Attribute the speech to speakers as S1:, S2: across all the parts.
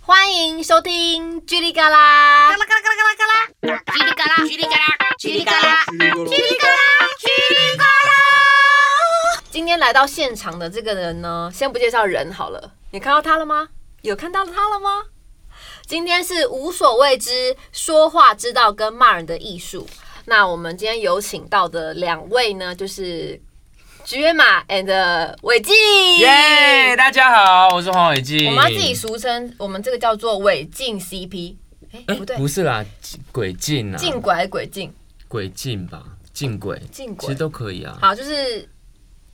S1: 欢迎收听叽里嘎啦，
S2: 嘎啦嘎啦嘎啦嘎啦，
S1: 叽里嘎啦，叽里嘎啦，叽里嘎啦，
S2: 叽里嘎啦，叽里嘎啦。
S1: 今天来到现场的这个人呢，先不介绍人好了，你看到他了吗？有看到他了吗？今天是无所谓之说话之道跟骂人的艺术。那我们今天有请到的两位呢，就是菊月马 and 伟记。
S3: 耶大家好，我是黄伟晋。
S1: 我们要自己俗称，我们这个叫做违禁 CP。哎、
S3: 哎
S1: 不对，
S3: 不是啦，鬼禁啊，
S1: 禁鬼还是鬼禁？
S3: 鬼禁吧，禁鬼，
S1: 禁
S3: 其
S1: 鬼
S3: 实都可以啊。
S1: 好，就是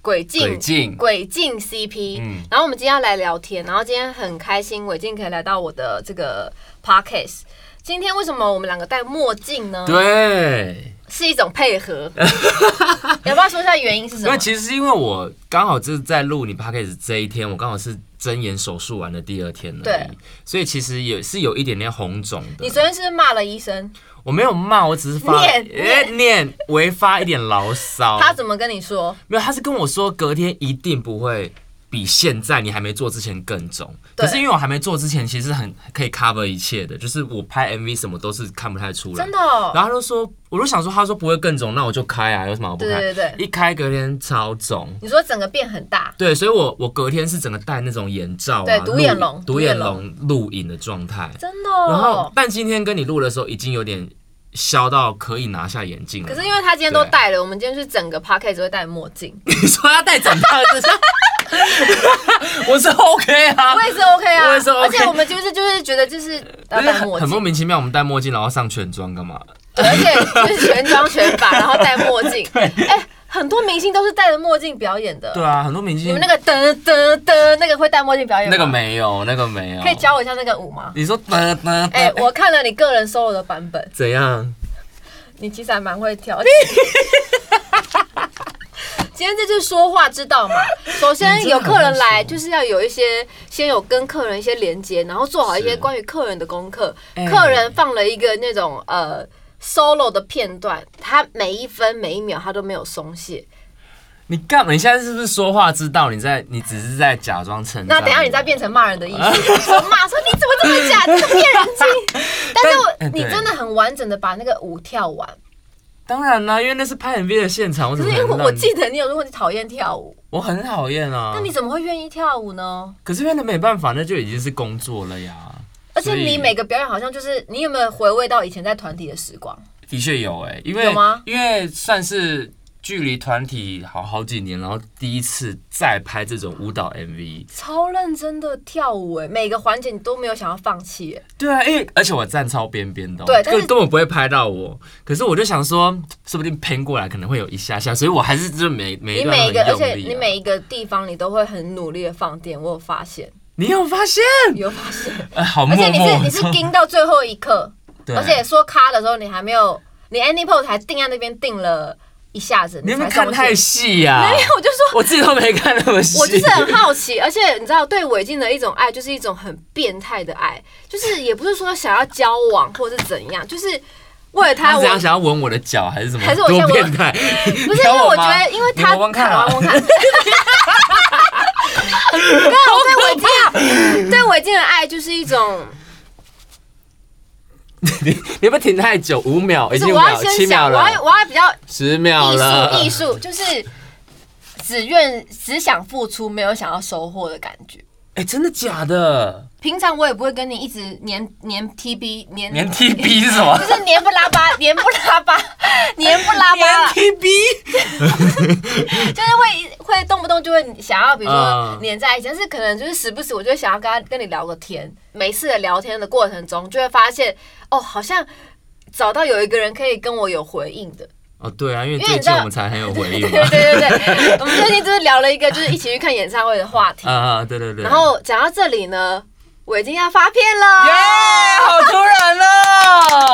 S1: 鬼禁
S3: 鬼禁
S1: 鬼禁 CP。
S3: 嗯
S1: 然后我们今天要来聊天，然后今天很开心，伟静可以来到我的这个 podcast。今天为什么我们两个戴墨镜呢？
S3: 对，
S1: 是一种配 合。要不要说一下原因是什
S3: 因
S1: 么
S3: 为？其实是因为我刚好就是在录你 p o d c a s t 这一天，我刚好是睁眼手术完的第二天而已
S1: 对，
S3: 所以其实也是有一点点红肿的。
S1: 你昨天是不是骂了医生，
S3: 我没有骂，我只是发
S1: 念
S3: 哎念微发一点牢骚。
S1: 他怎么跟你说？
S3: 没有，他是跟我说隔天一定不会比现在你还没做之前更肿。
S1: 对
S3: 可是因为我还没做之前，其实很可以 cover 一切的，就是我拍 MV 什么都是看不太出来。
S1: 真的、哦？
S3: 然后他就说，我就想说，他说不会更肿，那我就开啊，有什么好不开？
S1: 对对对
S3: 一开隔天超肿。
S1: 你说整个变很大，
S3: 对，所以我我隔天是整个戴那种眼罩啊，
S1: 对独眼龙
S3: 录
S1: 独
S3: 独
S1: 眼
S3: 眼
S1: 龙
S3: 龙录影的状态。
S1: 真的、
S3: 然后
S1: 哦。，
S3: 但今天跟你录的时候，已经有点消到可以拿下眼镜了。
S1: 可是因为他今天都
S3: 对
S1: 戴了，我们今天是整个 podcast 会戴墨镜，
S3: 你说他戴整套这是， 我是 OK 啊
S1: 我。也是 OK 啊，
S3: 我也是 OK
S1: 而且我们就是就是觉得就是要
S3: 就
S1: 戴
S3: 是
S1: 墨
S3: 很
S1: 镜
S3: 很莫，名其妙，我们戴墨镜，然后上全妆干嘛？
S1: 而且就是全妆全法，然后戴墨镜。哎、很多明星都是戴着墨镜表演的。
S3: 对啊，很多明星。
S1: 你们那个噔噔噔那个会戴墨镜表演吗？
S3: 那个，没有，那个没有。
S1: 可以教我一下那个舞吗？
S3: 你说哒哒哒
S1: 哎、我看了你个人 solo 的版本，
S3: 怎样？
S1: 你其实还蛮会跳。 今天这就是说话之道嘛。首先
S3: 你
S1: 有
S3: 真的很
S1: 客人来，
S3: 会说
S1: 就是要有一些先有跟客人一些连接，然后做好一些
S3: 是
S1: 关于客人的功课。
S3: 哎
S1: 客人放了一个那种呃 solo 的片段，他每一分每一秒他都没有松懈。
S3: 你干嘛？你现在是不是说话之道？你在，你只是在假装成。
S1: 那等一下你再。变成骂人的 意思，说骂说你怎么这么假，你这个骗人精。但是我
S3: 但哎
S1: 你
S3: 对
S1: 真的很完整的把那个舞跳 完，
S3: 当然啦，因为那是拍 MV 的现场，我
S1: 可
S3: 怎
S1: 是
S3: 么
S1: 因
S3: 可
S1: 为
S3: 能
S1: 我
S3: 让你
S1: 记得你有如果你讨厌跳舞，
S3: 我很讨厌啊
S1: 那。你怎么会愿意跳舞呢？
S3: 可是因为那没办法，那就已经是工作了呀。
S1: 而且
S3: 所以
S1: 你每个表演好像就是你有没有回味到以前在团体的时光？
S3: 的确有哎、因为
S1: 有吗
S3: 因为算是距离团体好好几年，然后第一次再拍这种舞蹈 MV。
S1: 超认真的跳舞哎、每个环节你都没有想要放弃、欸，
S3: 对啊，因为而且我站超边边的哦、
S1: 对但是
S3: 根根本不会拍到我。可是我就想说，说不定偏过来可能会有一下下，所以我还是就每每一
S1: 你
S3: 段
S1: 每一
S3: 都
S1: 个
S3: 很
S1: 而
S3: 用力、
S1: 且
S3: 啊。
S1: 你每一个地方你都会很努力的放电，我有发现，
S3: 你有发现？
S1: 有发现，
S3: 哎，好
S1: 而
S3: 默
S1: 且你是
S3: 默。
S1: 你是盯到最后一刻，
S3: 对
S1: 而且说卡的时候你还没有，你 any pose 还定在那边定了一下子，
S3: 你有没
S1: 才
S3: 有看
S1: 松懈
S3: 太细呀、
S1: 没有，我就说。
S3: 我自己都没看那么细。
S1: 我就是很好奇，而且你知道，对韦静的一种爱，就是一种很变态的爱，就是也不是说想要交往或者是怎样，就是为了他
S3: 他
S1: 我
S3: 怎样想要吻我的脚，还是什么？
S1: 还是我
S3: 多
S1: 像我
S3: 变态？
S1: 不
S3: 不
S1: 是因为我觉得，因为他
S3: 我闻看
S1: 看
S3: 啊
S1: 我看， 啊对，我对韦静，对韦静的爱就是一种，
S3: 你你不停太久，五秒，
S1: 就
S3: 已
S1: 是
S3: 经五
S1: 我要
S3: 秒，
S1: 先
S3: 七秒
S1: 想，我要
S3: 了，
S1: 我要比较
S3: 十秒了，
S1: 艺术艺术，就是只愿只想付出，没有想要收获的感觉。
S3: 哎、真的假的？
S1: 平常我也不会跟你一直黏黏 T B 黏
S3: 连 T B 是 什么
S1: 就？是黏不拉巴，黏不拉巴，黏不拉巴啦，
S3: T B
S1: 就是会会动不动就会想要，比如说
S3: 嗯
S1: 黏在一起，但是可能就是时不时我就会想要跟他跟你聊个天。每次的聊天的过程中，就会发现哦，好像找到有一个人可以跟我有回应的。
S3: 哦，对啊，因为
S1: 因为
S3: 最
S1: 你知
S3: 近
S1: 道
S3: 我们才很有回应
S1: 对
S3: 嘛。
S1: 对对对，我们最近就是聊了一个就是一起去看演唱会的话题
S3: 啊。啊，对对对。
S1: 然后讲到这里呢，我已经要发片了。
S3: 耶，好突然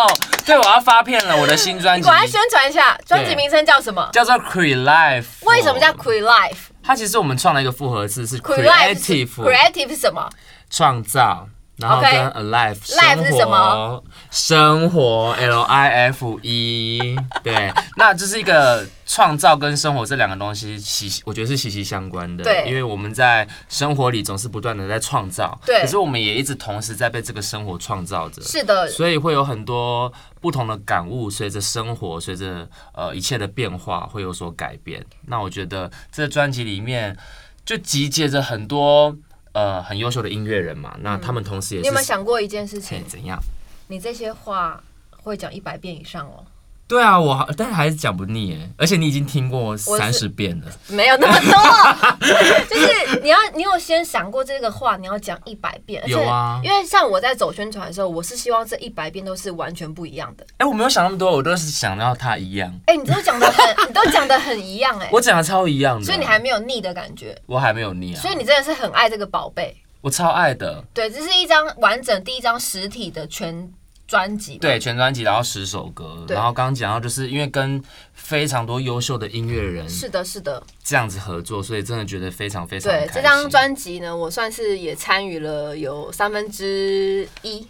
S3: 哦！对，我要发片了，我的新专
S1: 你
S3: 辑
S1: 赶快宣传一下，专辑名称叫什么？
S3: 叫做 Cre Life。
S1: 为什么叫 Cre Life？Cre
S3: 它其实我们创了一个复合字，是
S1: Life 是
S3: creative
S1: Creative 是什么？
S3: 创造。然后跟
S1: OK
S3: alive 生
S1: Live 是什么
S3: 活生活 L I F E 对，那这是一个创造跟生活这两个东西息息，我觉得是息息相关的。
S1: 对
S3: 因为我们在生活里总是不断的在创造，
S1: 对
S3: 可是我们也一直同时在被这个生活创造着。
S1: 是的，
S3: 所以会有很多不同的感悟，随着生活，随着呃一切的变化，会有所改变。那我觉得这专辑里面就集结着很多呃很优秀的音乐人嘛，那他们同时
S1: 嗯
S3: 也
S1: 你
S3: 是
S1: 有没有想过一件事
S3: 嘿
S1: 情？
S3: 怎样？
S1: 你这些话会讲一百遍以上哦，
S3: 对啊，我还但是还是讲不腻哎，而且你已经听过三十遍了，
S1: 没有那么多， 就是你要你有先想过这个话你要讲一百遍，而且
S3: 有啊
S1: 因为像我在走宣传的时候，我是希望这一百遍都是完全不一样的。
S3: 哎、我没有想那么多，我都是想到他一样，
S1: 哎、你都讲的很，你都讲的很一样哎、
S3: 我讲的超一样的，
S1: 所以你还没有腻的感觉，
S3: 我还没有腻啊，
S1: 所以你嗯真的是很爱这个宝贝。
S3: 我超爱的，
S1: 对，这是一张完整第一张实体的全专辑嘛。
S3: 对，全专辑然后十首歌，
S1: 对
S3: 然后刚刚讲到就是因为跟非常多优秀的音乐人
S1: 是的，是的，
S3: 这样子合作，所以真的觉得非常非常
S1: 对
S3: 开
S1: 这张
S3: 心
S1: 专辑呢，我算是也参与了有三分之一，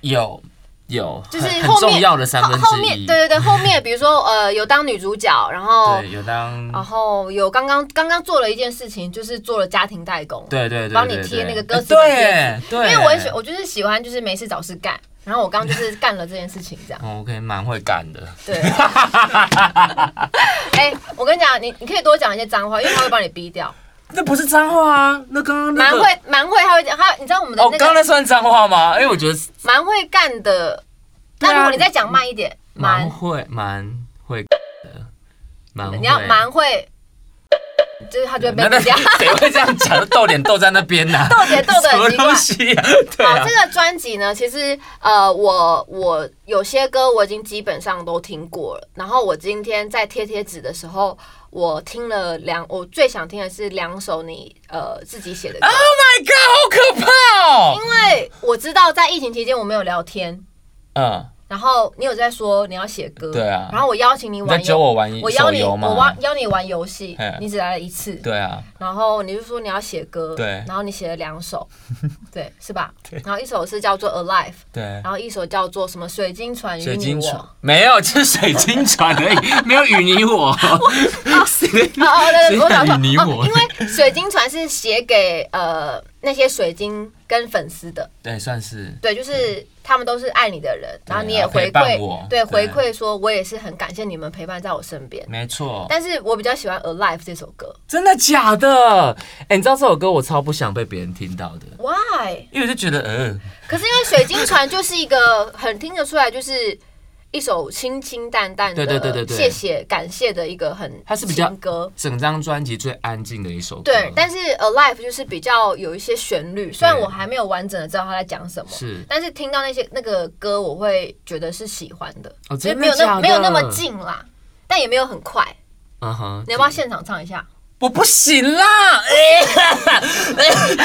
S3: 有有
S1: 就是
S3: 很
S1: 后
S3: 很
S1: 面
S3: 重要的三分
S1: 后啊后
S3: 之
S1: 面
S3: 一，
S1: 对对哦对，后面比如说呃有当女主角，然后
S3: 对有当
S1: 然后有刚刚刚刚做了一件事情，就是做了家庭代工，
S3: 对对对，
S1: 帮你
S3: 对
S1: 贴
S3: 对哎
S1: 那个歌词的
S3: 对
S1: 贴
S3: 对，
S1: 因为我很喜我就是喜欢就是没事找事干，然后我刚刚就是干了这件事情这样，
S3: 哦 OK 蛮会干的，
S1: 对。 哎、我跟你讲，你你可以多讲一些脏话，因为他会帮你逼掉，
S3: 那不是脏话啊，那刚刚那
S1: 蛮
S3: 个
S1: 会蛮会，他会讲，他你知道我们的
S3: 哦，
S1: 那
S3: 刚刚那
S1: 个
S3: 算脏话吗？哎因为我觉得
S1: 蛮会干的。那
S3: 对啊
S1: 如果你再讲慢一点，蛮
S3: 蛮会蛮会的，蛮会
S1: 你要蛮会，就是他就会被
S3: 那那
S1: 逼掉。
S3: 谁会这样讲？逗点逗在那边呐，
S1: 豆姐豆的
S3: 什么
S1: 很奇怪
S3: 东。西啊？对
S1: 好，
S3: 啊
S1: 这，个专辑呢，其实呃，我我有些歌我已经基本上都听过了。然后我今天在贴贴纸的时候，我听了两，我最想听的是两首你呃自己写的歌，
S3: Oh my god，好可怕哦！
S1: 因为我知道在疫情期间我们有聊天，
S3: 嗯，
S1: 然后你有在说你要写歌，
S3: 对啊
S1: 然后我邀请你
S3: 你在
S1: 玩
S3: 揪
S1: 游，
S3: 我玩一
S1: 我邀
S3: 手
S1: 你
S3: 游
S1: 我
S3: 吗？
S1: 邀邀你玩游戏
S3: 嘿，
S1: 你只来了一次，
S3: 对啊，
S1: 然后你就说你要写歌，
S3: 对
S1: 然后你写了两 首，对，是吧？
S3: 对
S1: 然后一首是叫做 Alive。
S3: 对。啊
S1: 然后一首叫做什么《水晶船与
S3: 水
S1: 你
S3: 晶
S1: 我》哦
S3: 船没有，就是水晶船而已，没有与 你我。
S1: 哦哦，对对，
S3: 谁
S1: 我想说，
S3: 水晶船与你我
S1: 哦，因为水晶船是写给呃那些水晶跟粉丝的，
S3: 对，算是
S1: 对，就是他们都是爱你的人，然后你也
S3: 然后陪
S1: 回
S3: 伴我
S1: 馈，对，
S3: 对
S1: 回馈说我也是很感谢你们陪伴在我身边。
S3: 没错。
S1: 但是我比较喜欢《Alive》这首歌
S3: 真的假的？哎、你知道这首歌我超不想被别人听到的，
S1: ，Why？
S3: 因为我就觉得，嗯、
S1: 可是因为《水晶船》就是一个很听得出来，就是一首清清淡淡的，
S3: 对对对对对
S1: 谢谢感谢的一个很，
S3: 它是比较
S1: 歌，
S3: 整张专辑最安静的一首歌。
S1: 对，但是 Alive 就是比较有一些旋律，虽然我还没有完整的知道他在讲什么，
S3: 是
S1: 但是听到那些那个歌，我会觉得是喜欢的，
S3: 哦
S1: 就是
S3: 真的
S1: 没有
S3: 假
S1: 那
S3: 的
S1: 没有那么近啦，但也没有很快。
S3: 嗯哼
S1: 你要不要现场唱一下？
S3: 我不行啦，哎、
S1: 啊，不 是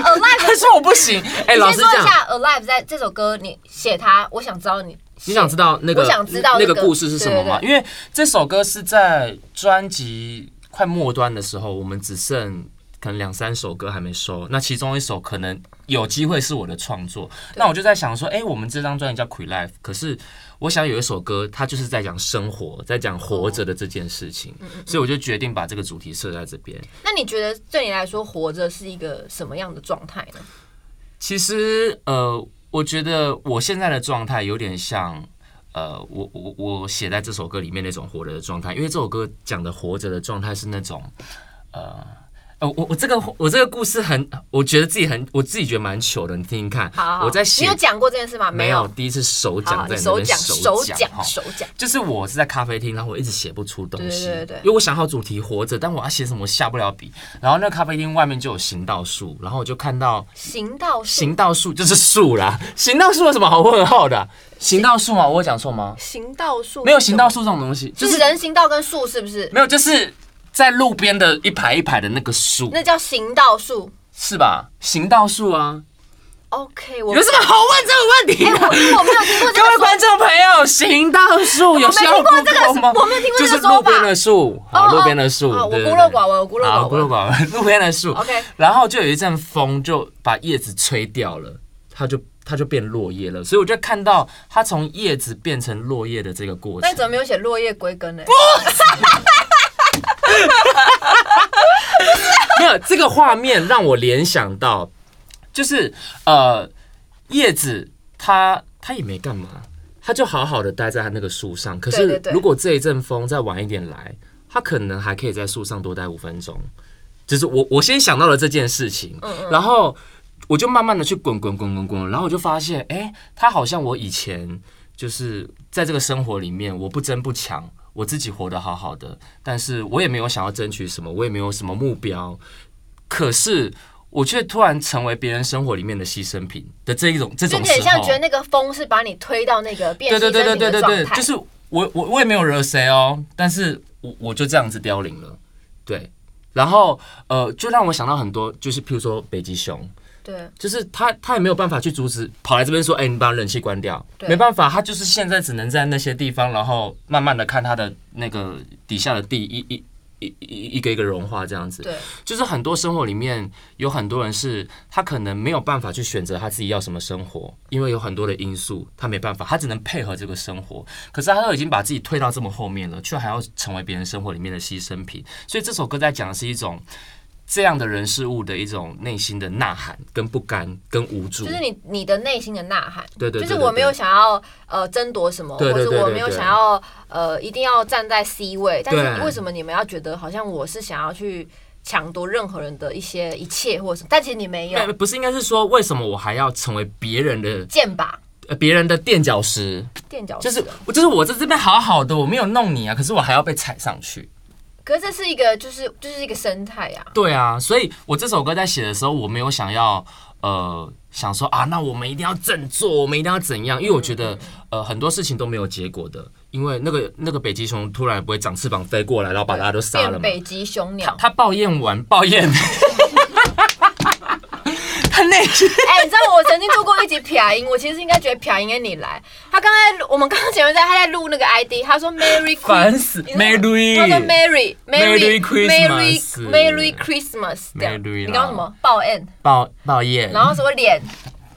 S1: Alive，
S3: 他说我不行，哎、
S1: 你
S3: 老
S1: 先
S3: 师
S1: 说一
S3: 讲，
S1: 下 Alive 在这首歌，你写它，我想知道你
S3: 你想知道那个
S1: 我想知道
S3: 那
S1: 那个
S3: 个故事是什么吗？
S1: 对对对
S3: 因为这首歌是在专辑快末端的时候，我们只剩可能两三首歌还没收，那其中一首可能有机会是我的创作。那我就在想说，哎、我们这张专辑叫《q u e Life》，可是我想有一首歌，它就是在讲生活，在讲活着的这件事情，
S1: 嗯
S3: 所以我就决定把这个主题设在这边。
S1: 那你觉得对你来说活着是一个什么样的状态呢？
S3: 其实呃，我觉得我现在的状态有点像。呃，我我我写在这首歌里面那种活着的状态，因为这首歌讲的活着的状态是那种，呃，呃，我我这个我这个故事很，我觉得自己很，我自己觉得蛮糗的，你听听看。
S1: 好好好
S3: 我在写
S1: 你有讲过这件事吗？
S3: 没有
S1: 有。
S3: 第一次手
S1: 好好，你
S3: 讲在你那
S1: 手
S3: 边
S1: 讲手
S3: 讲
S1: 讲
S3: 哈，
S1: 手讲，
S3: 就是我是在咖啡厅，然后我一直写不出东西，
S1: 对对对
S3: 因为我想好主题活着，但我要写什么我下不了笔。然后那个咖啡厅外面就有行道树，然后我就看到
S1: 行道树
S3: 行道树 就是树啦，行道树有什么好问号的啊、行道树吗？我有讲错吗？
S1: 行道树
S3: 没有
S1: 是
S3: 行
S1: 什
S3: 道
S1: 么
S3: 树这种东西，就是是
S1: 人行道跟树是不是？
S3: 没有，就是在路边的一排一排的那个树，
S1: 那叫行道树
S3: 是吧？行道树啊，
S1: OK，我
S3: 有什么好问这个问题
S1: 哎，
S3: 的？
S1: 我 因为我没有听过这个
S3: 各位
S1: 说
S3: 观众朋友，行道树有需要
S1: 没听过这个
S3: Google 吗？
S1: 我没有听过这
S3: 就
S1: 个说
S3: 是
S1: 法
S3: 路边的树，好，路边的树，
S1: 哦哦哦我
S3: 对对
S1: 孤陋
S3: 对
S1: 寡闻，我孤陋
S3: 好，
S1: 寡
S3: 孤陋
S1: 闻。
S3: 寡闻， 路边的树。
S1: OK
S3: 然后就有一阵风就把叶子吹掉了，它就它就变落叶了。所以我就看到它从叶子变成落叶的这个过
S1: 那
S3: 程
S1: 你。怎么没有写落叶归根呢？
S3: 没有这个画面让我联想到，就是呃，叶子它它也没干嘛，它就好好的待在它那个树上。可
S1: 对对
S3: 是
S1: 对
S3: 如果这一阵风再晚一点来，它可能还可以在树上多待五分钟。就是我我先想到了这件事情，
S1: 嗯
S3: 然后我就慢慢的去滚滚滚滚滚，然后我就发现，哎、它好像我以前就是在这个生活里面，我不争不抢。我自己活得好好的，但是我也没有想要争取什么，我也没有什么目标，可是我却突然成为别人生活里面的牺牲品的这一种这
S1: 就
S3: 种
S1: 有
S3: 时
S1: 点像
S3: 候
S1: 觉，得那个风是把你推到那个变
S3: 对
S1: 牺
S3: 对对
S1: 牲
S3: 对
S1: 品
S3: 对
S1: 的
S3: 对
S1: 状
S3: 对，
S1: 态
S3: 就。是我我我也没有惹谁哦，但是我我就这样子凋零了，对，然后呃，就让我想到很多，就是譬如说北极熊，
S1: 对，
S3: 就是他他也没有办法去阻止，跑来这边说，哎、你把冷气关掉，
S1: 对
S3: 没办法，他就是现在只能在那些地方，然后慢慢的看他的那个底下的地一一一一一个一个融化这样子，
S1: 对，
S3: 就是很多生活里面有很多人是他可能没有办法去选择他自己要什么生活，因为有很多的因素，他没办法，他只能配合这个生活。可是他都已经把自己推到这么后面了，却还要成为别人生活里面的牺牲品。所以这首歌在讲的是一种这样的人事物的一种内心的呐喊、跟不甘、跟无助
S1: 就。是你你的内心的呐喊。
S3: 对对对
S1: 就是
S3: 对
S1: 我没有
S3: 对
S1: 想要呃争夺什么，
S3: 对对对
S1: 或者我
S3: 对
S1: 没有
S3: 对
S1: 想要呃一定要站在 C 位，但是
S3: 对
S1: 为什么你们要觉得好像我是想要去抢夺任何人的一些一切或者什么？但其实你没有
S3: 没有不是应该是说，为什么我还要成为别人的
S1: 剑吧
S3: 呃别人的垫脚石？
S1: 垫脚石
S3: 就
S1: 哦，
S3: 是我就是我在这边好好的，我没有弄你啊，可是我还要被踩上去。
S1: 可是这是一个就是就是一个生态呀、
S3: 对啊，所以我这首歌在写的时候，我没有想要呃想说啊，那我们一定要振作，我们一定要怎样？因为我觉得呃很多事情都没有结果的，因为那个那个北极熊突然不会长翅膀飞过来，然后把大家都杀了
S1: 变
S3: 嘛。
S1: 北极熊鸟。
S3: 他抱怨完抱怨， 他内心
S1: 哎、你知道我曾经做过一集撇音，我其实应该觉得撇音该你来。他刚才我们刚刚前面在他在录那个 ID，他说 Merry
S3: 烦
S1: Christmas，
S3: 死
S1: 你知道吗他说 Merry Merry
S3: Merry
S1: Merry
S3: Christmas
S1: Merry Christmas，这样
S3: Merry 啦
S1: 你刚刚什么报恩，
S3: 抱抱怨，
S1: 然后什么脸，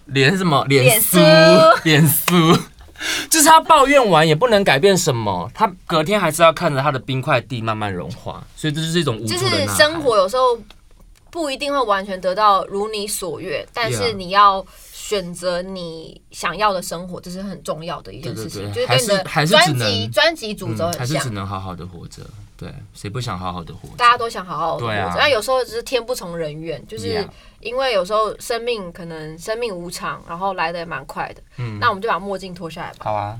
S3: 脸什么脸
S1: 脸
S3: 酥
S1: 酥
S3: 脸酥， 就是他抱怨完也不能改变什么，他隔天还是要看着他的冰块地慢慢融化，所以这就是一种无助
S1: 就
S3: 的呐
S1: 是
S3: 喊
S1: 生活有时候不一定会完全得到如你所愿，但是
S3: Yeah
S1: 你要。选择你想要的生活，这是很重要的一件事情，
S3: 对对对
S1: 就是跟你
S3: 还
S1: 的
S3: 是还是
S1: 专
S3: 只能
S1: 辑专辑主轴
S3: 嗯还
S1: 很
S3: 是
S1: 像
S3: 只。能好好的活着。对，谁不想好好的活着？
S1: 大家都想好好地活
S3: 对啊
S1: 着，但有时候只是天不从人愿，就是
S3: Yeah
S1: 因为有时候生命可能生命无常，然后来的也蛮快的。
S3: 嗯
S1: 那我们就把墨镜脱下来吧。
S3: 好啊。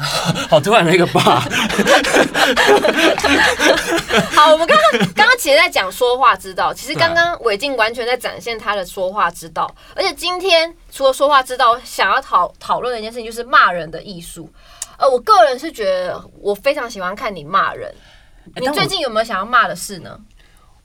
S3: 好突然的一个吧，
S1: 好，我们刚刚刚刚其实在讲说话之道，其实刚刚韦静完全在展现他的说话之道，而且今天除了说话之道，想要讨讨论的一件事情就是骂人的艺术。呃，我个人是觉得我非常喜欢看你骂人。 你
S3: 哎但我
S1: 最近有没有想要骂的事呢？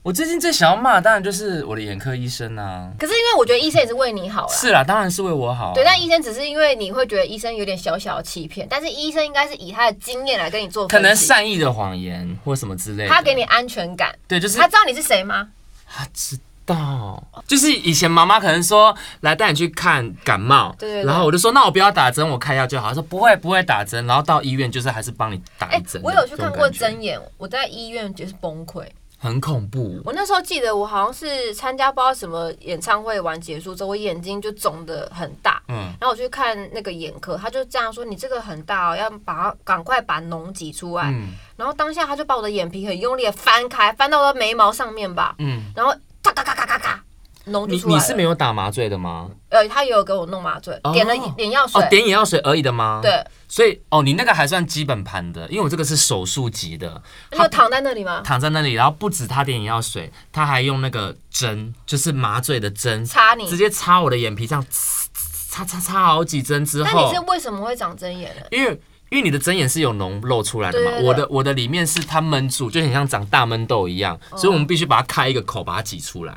S3: 我最近最想要骂，当然就是我的眼科医生啊。
S1: 可是因为我觉得医生也是为你好啦，
S3: 是啦，当然是为我好啊。
S1: 对，但医生只是因为你会觉得医生有点小小的欺骗，但是医生应该是以他的经验来跟你做分析，
S3: 可能善意的谎言或什么之类的。
S1: 他给你安全感。
S3: 对，就是
S1: 他知道你是谁吗？
S3: 他知道，就是以前妈妈可能说来带你去看感冒，
S1: 对对对
S3: 然后我就说那我不要打针，我开药就好。他说不会不会打针，然后到医院就是还是帮你打
S1: 哎、
S3: 一针的、
S1: 我有去看过
S3: 这种感觉，
S1: 睁眼，我在医院就是崩溃。
S3: 很恐怖。
S1: 我那时候记得，我好像是参加不知道什么演唱会完结束之后，我眼睛就肿得很大。
S3: 嗯
S1: 然后我去看那个眼科，他就这样说：“你这个很大哦，要把它赶快把脓挤出来。
S3: 嗯
S1: 然后当下他就把我的眼皮很用力的翻开，翻到我的眉毛上面吧，
S3: 嗯，
S1: 然后咔咔咔咔咔咔，脓就
S3: 你
S1: 出来
S3: 你
S1: 了
S3: 是没有打麻醉的吗？
S1: 呃，他也有给我弄麻醉，
S3: 哦
S1: 点了一点药水，
S3: 哦，点眼药水而已的吗？，
S1: 对，
S3: 所以哦，你那个还算基本盘的，因为我这个是手术级的，
S1: 那就躺在那里嘛，
S3: 躺在那里，然后不止他点眼药水，他还用那个针，就是麻醉的针，
S1: 插你
S3: 直。接插我的眼皮上，呲呲插插插好几针之
S1: 那
S3: 后，
S1: 你是为什么会长针眼呢？
S3: 因为因为你的针眼是有脓露出来的嘛，
S1: 对对对
S3: 我的我的
S1: 哦
S3: 里面是它闷住，就很像长大闷痘一样，所以我们必须把它开一个口，把它挤出来。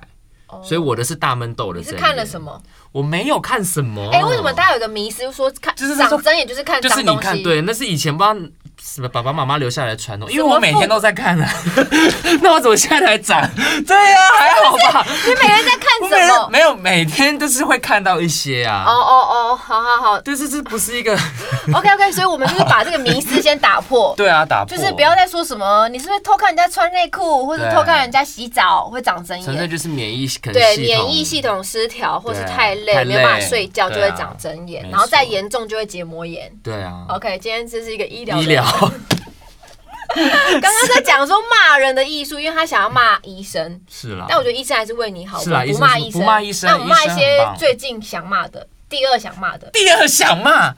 S3: 所以我的是大闷豆的
S1: 你
S3: 真
S1: 是
S3: 言。
S1: 看了什么？
S3: 我没有看什么。
S1: 哎、为什么大家有个迷思说看
S3: 就是说
S1: 长睁眼就是看
S3: 就
S1: 脏
S3: 是你
S1: 东
S3: 看
S1: 西？
S3: 对，那是以前不知道什么爸爸妈妈留下来的传统，因为
S1: 什么
S3: 我每天都在看啊。 那我怎么现在才长？ 对呀、还好吧。
S1: 你每天在
S3: 我
S1: 看
S3: 每
S1: 什
S3: 天
S1: 么？
S3: 没有每天都是会看到一些啊。
S1: 哦哦哦，好好好
S3: 对，这这不是一个
S1: ，OK OK，所以我们就是把这个迷思先打破。
S3: 对啊，打破
S1: 就是不要再说什么，你是不是偷看人家穿内裤，或者
S3: 对
S1: 偷看人家洗澡会长针
S3: 纯粹
S1: 眼？
S3: 就是免疫可能
S1: 对，
S3: 系统
S1: 免疫系统失调，或是
S3: 对
S1: 太累
S3: 太
S1: 没有办法
S3: 累
S1: 睡觉就
S3: 对啊
S1: 会长针眼，
S3: 没
S1: 然后再
S3: 错
S1: 严重就会结膜炎。
S3: 对啊，
S1: OK，今天这是一个医疗的
S3: 医疗
S1: 刚刚在讲说骂人的艺术，因为他想要骂医生，
S3: 是啦
S1: 但。我觉得医生还是为你好，
S3: 是啦
S1: 我们
S3: 医
S1: 不
S3: 生
S1: 骂
S3: 是
S1: 医生，
S3: 不骂医生
S1: 那我们骂一
S3: 医生
S1: 些
S3: 很棒
S1: 最近想骂的，第二想骂的。
S3: 第二想骂，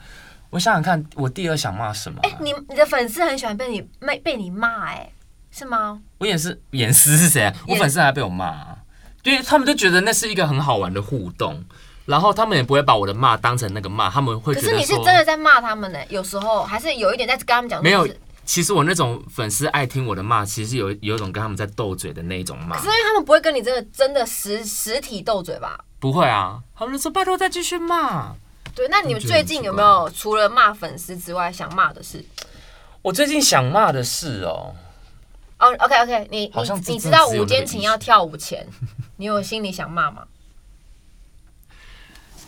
S3: 我想想看，我第二想骂什么啊、
S1: 哎、你你的粉丝很喜欢被你被被你骂，哎，是吗？
S3: 我演是演师是谁啊？我
S1: 演
S3: 粉丝还被我骂、啊，因为他们就觉得那是一个很好玩的互动，然后他们也不会把我的骂当成那个骂，他们会
S1: 可
S3: 觉
S1: 是
S3: 得
S1: 你是
S3: 说
S1: 真的在骂他们呢、有时候还是有一点在跟他们讲，
S3: 没有
S1: 就是。
S3: 其实我那种粉丝爱听我的骂，其实有有一种跟他们在斗嘴的那一种骂
S1: 可是，因为他们不会跟你真的真的实实体斗嘴吧？
S3: 不会啊，他们就说拜托再继续骂。
S1: 对，那你们
S3: 我觉得
S1: 最
S3: 很
S1: 近
S3: 奇
S1: 有
S3: 怪
S1: 没有除了骂粉丝之外想骂的事？
S3: 我最近想骂的是哦，
S1: 哦、o k OK，你
S3: 好像
S1: 你
S3: 只
S1: 你知道
S3: 真的只有
S1: 午间
S3: 那个
S1: 情
S3: 意
S1: 要
S3: 思
S1: 跳舞前，你有心里想骂吗？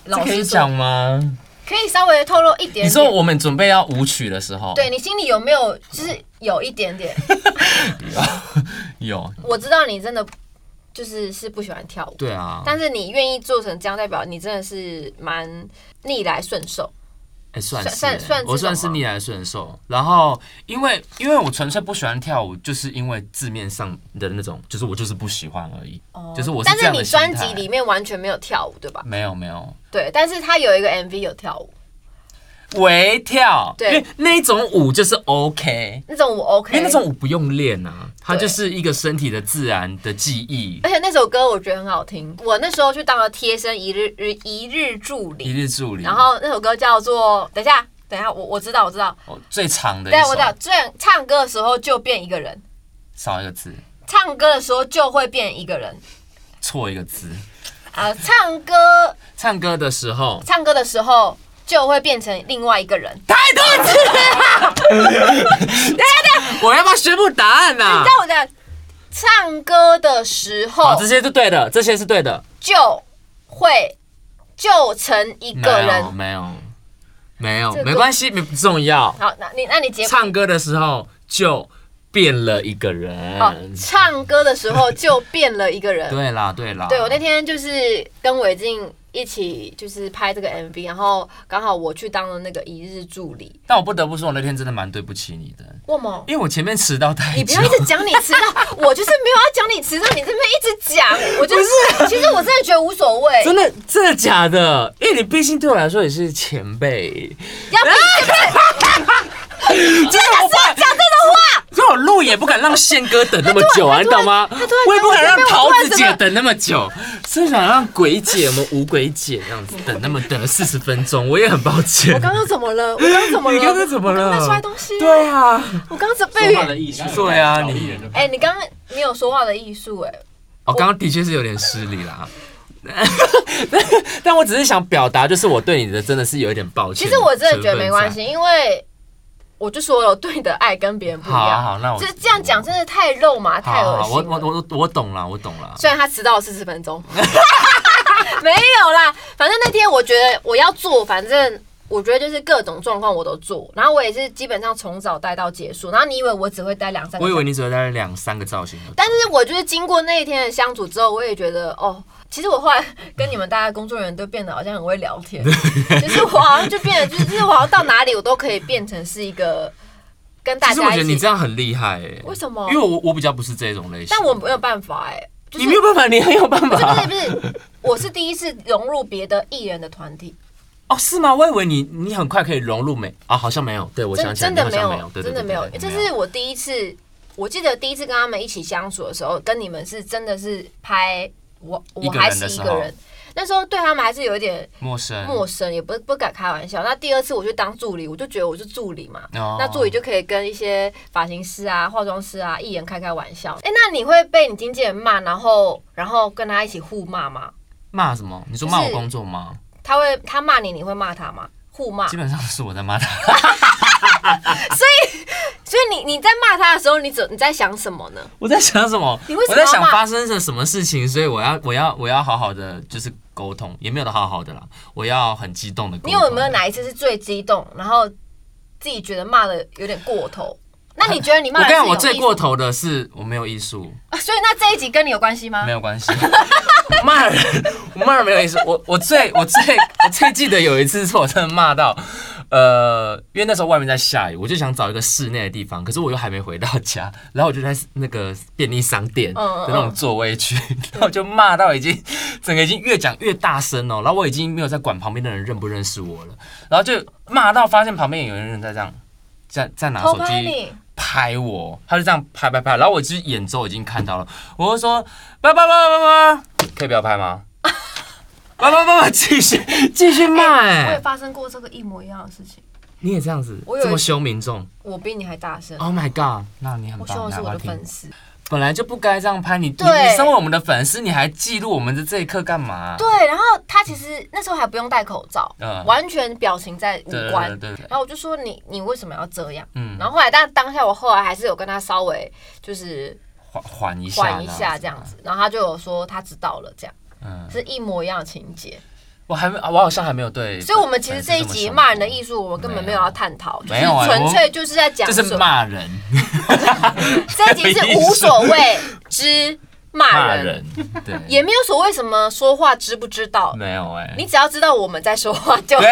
S3: 这
S1: 老
S3: 可以
S1: 实
S3: 讲
S1: 说，
S3: 吗？
S1: 可以稍微透露一点
S3: 你说
S1: 点。
S3: 我们准备要舞曲的时候，
S1: 对你心里有没有就是有一点点？
S3: 有，
S1: 我知道你真的就是是不喜欢跳舞，
S3: 对啊，
S1: 但是你愿意做成这样，代表你真的是蛮逆来顺受。
S3: 哎、算是
S1: 算
S3: 欸
S1: 算是
S3: 我算
S1: 这
S3: 是
S1: 种吗
S3: 逆来顺受。然后因为因为我纯粹不喜欢跳舞，就是因为字面上的那种，就是我就是不喜欢而已。就是我是
S1: 哦但
S3: 这
S1: 是
S3: 样的
S1: 你
S3: 心态
S1: 专辑里面完全没有跳舞，对吧？
S3: 没有没有
S1: 对，但是他有一个 MV 有跳舞，
S3: 微跳，
S1: 对
S3: 因为那一种舞就是 OK。
S1: 那种我 OK，
S3: 因为哎那种舞不用练啊，它
S1: 对
S3: 就是一个身体的自然的记忆。
S1: 而且那首歌我觉得很好听，我那时候去当了贴身一日日一日助
S3: 一
S1: 理，
S3: 日助理，
S1: 然后那首歌叫做等一下等一下，我我知道我知道，
S3: 哦最长的一
S1: 对，啊我
S3: 首
S1: 知，道，这样唱歌的时候就变一个人，
S3: 少一个字，
S1: 唱歌的时候就会变一个人
S3: 错一个字。
S1: 啊、唱歌
S3: 唱歌的时候，
S1: 唱歌的时候就会变成另外一个人。
S3: 太多次 了。我要不要宣布答案啊呐、
S1: 你知道我在唱歌的时
S3: 好，
S1: 候
S3: 这些是对的，这些是对的。
S1: 就会就成一个人。
S3: 没有，没有，
S1: 这
S3: 没
S1: 个
S3: 有，没关系，没不重要。
S1: 好，那你那你结
S3: 唱歌的时候就变了一个人。
S1: 哦，唱歌的时候就变了一个人。
S3: 对啊啦，对啦。
S1: 对我那天就是跟伟静一起就是拍这个 MV，然后刚好我去当了那个一日助理。
S3: 但我不得不说，我那天真的蛮对不起你的，
S1: 为什么？
S3: 因为我前面迟到太久。
S1: 你不要一直讲你迟 到，我就是没有要讲你迟到，你这边一直讲，我就是。其实我真的觉得无所谓，
S3: 真的真的假的？因为你毕竟对我来说也是前辈，
S1: 要 不
S3: 真的我不
S1: 讲这种话。
S3: 所以我录也不敢让宪哥等那么久啊，
S1: 他
S3: 你
S1: 突然
S3: 懂吗？
S1: 他突然
S3: 我也不敢让桃
S1: 他突
S3: 子
S1: 然怎
S3: 姐
S1: 么
S3: 等那么久，是想让鬼姐我们五鬼姐这样子等那么等了四十分钟，我也很抱歉
S1: 我。刚刚怎么了？我刚刚怎么了？
S3: 你刚刚怎么了
S1: 我刚刚在摔东西。
S3: 对啊，
S1: 我刚刚怎么
S4: 说话
S1: 被
S4: 的艺术，
S3: 对啊
S4: 小
S3: 你
S4: 艺人的
S1: 哎、你刚刚没有说话的艺术哎，
S3: 我刚刚的确是有点失礼啦。 但我只是想表达，就是我对你的真的是有一点抱歉。
S1: 其实我真的觉得没关系，。因为我就说了，我对你的爱跟别人不一
S3: 好啊
S1: 样。
S3: 好那我
S1: 这这样讲真的太肉麻，
S3: 好
S1: 太
S3: 好
S1: 恶
S3: 好，我
S1: 心
S3: 我
S1: 了。
S3: 我我懂了，我懂了。
S1: 虽然他迟到了四十分钟， 没有啦，反正那天我觉得我要做，反正。我觉得就是各种状况我都做，然后我也是基本上从早待到结束。然后你以为我只会待两三个小时？
S3: 我以为你只有带了两三个造型而已，
S1: 但是我就是经过那一天的相处之后，我也觉得哦，其实我后来跟你们大家工作人员都变得好像很会聊天，就是我好像就变得就是就是我好像到哪里我都可以变成是一个跟大
S3: 其实我
S1: 家
S3: 觉得
S1: 一
S3: 你这
S1: 起。
S3: 样很厉害诶、
S1: 为什么
S3: 因为我我比较不是这种类型。
S1: 但我没有办法哎、就
S3: 你
S1: 是
S3: 没有办法，你很有办
S1: 不是不
S3: 法
S1: 是。不是，我是第一次融入别的艺人的团体，
S3: 哦，是吗？我以为你你很快可以融入美啊，好像没有。 对，我
S1: 真
S3: 想起来，
S1: 真
S3: 你
S1: 的
S3: 好
S1: 没
S3: 像没
S1: 有，
S3: 对
S1: 真的没有，这是我第一次。我记得第一次跟他们一起相处的时候，跟你们是真的是拍我我
S3: 一个人
S1: 还是
S3: 的
S1: 一
S3: 时
S1: 个
S3: 候
S1: 人，那时候对他们还是有一点
S3: 陌生，
S1: 陌生，也不不敢开玩笑。那第二次我去当助理，我就觉得我是助理嘛，
S3: 哦
S1: 那助理就可以跟一些发型师啊、化妆师啊一言开开玩笑。哎、那你会被你经纪人骂，然后然后跟他一起互骂吗？
S3: 骂什么？你说
S1: 就是
S3: 骂我工作吗？
S1: 他会他骂你，你会骂他吗？互骂，
S3: 基
S1: 所
S3: 本上是我在骂他。
S1: 以你你在骂他的时候，你怎你在想什么呢？
S3: 我在想什么？
S1: 你为什
S3: 我
S1: 么要
S3: 在想
S1: 骂
S3: 发生了什么事情，所以我要我要我要好好的就是沟通，也没有的好好的啦，我要很激动的沟
S1: 你
S3: 通。
S1: 有没有哪一次是最激动，然后自己觉得骂的有点过头？那你觉得你
S3: 我
S1: 骂
S3: 跟
S1: 的是
S3: 你讲，
S1: 有
S3: 我最
S1: 意思
S3: 过头的是我没有艺术，
S1: 啊所以那这一集跟你有关系吗
S3: 没？有关系。 骂人，我骂人没有意思。我我最我最我最记得有一次是我真的骂到，呃，因为那时候外面在下雨，我就想找一个室内的地方，可是我又还没回到家，然后我就在那个便利商店的
S1: 嗯嗯嗯
S3: 那种座位区， 然后我就骂到已经整个已经越讲越大声哦，然后我已经没有在管旁边的人认不认识我了，然后就骂到发现旁边有人在这样在在拿
S1: 偷
S3: 啊手
S1: 拍
S3: 机
S1: 你，
S3: 拍我，他就这样拍拍拍，然后我其实眼周已经看到了，我就说叭叭叭叭叭，可以不要拍吗？叭叭叭叭，继续继续骂
S1: 我
S3: 哎、
S1: 也发生过这个一模一样的事情，
S3: 你也这样子
S1: 我，有一
S3: 这么凶民众
S1: 我比你还大声。
S3: ，Oh my god，那你很
S1: 我希
S3: 棒，
S1: 望是
S3: 那
S1: 我
S3: 要
S1: 的
S3: 听
S1: 粉。丝。
S3: 本来就不该这样拍你，你
S1: 对
S3: 你身为我们的粉丝，你还记录我们的这一刻干嘛？
S1: 对，然后他其实那时候还不用戴口罩，
S3: 嗯
S1: 完全表情在无
S3: 对
S1: 关
S3: 对。对对
S1: 然，后我就说你你为什么要这样？
S3: 嗯
S1: 然后后来，但当下我后来还是有跟他稍微就是
S3: 缓缓一下，
S1: 缓一下这样。子，然后他就有说他知道了，这样
S3: 嗯，
S1: 是一模一样的情节。
S3: 我还没，我好像还没有对。
S1: 所以，我们其实这一集骂人的艺
S3: 术，
S1: 术，我们根本没有要探讨，就是
S3: 没有啊
S1: 纯粹就是在讲
S3: 就
S1: 什
S3: 是
S1: 么。
S3: 骂人，
S1: 这一集是无所 谓之骂
S3: 骂
S1: 人，
S3: 人，对，
S1: 也没有所谓什么说话知不知道，
S3: 没有哎。
S1: 你只要知道我们在说话 就好。
S3: 对，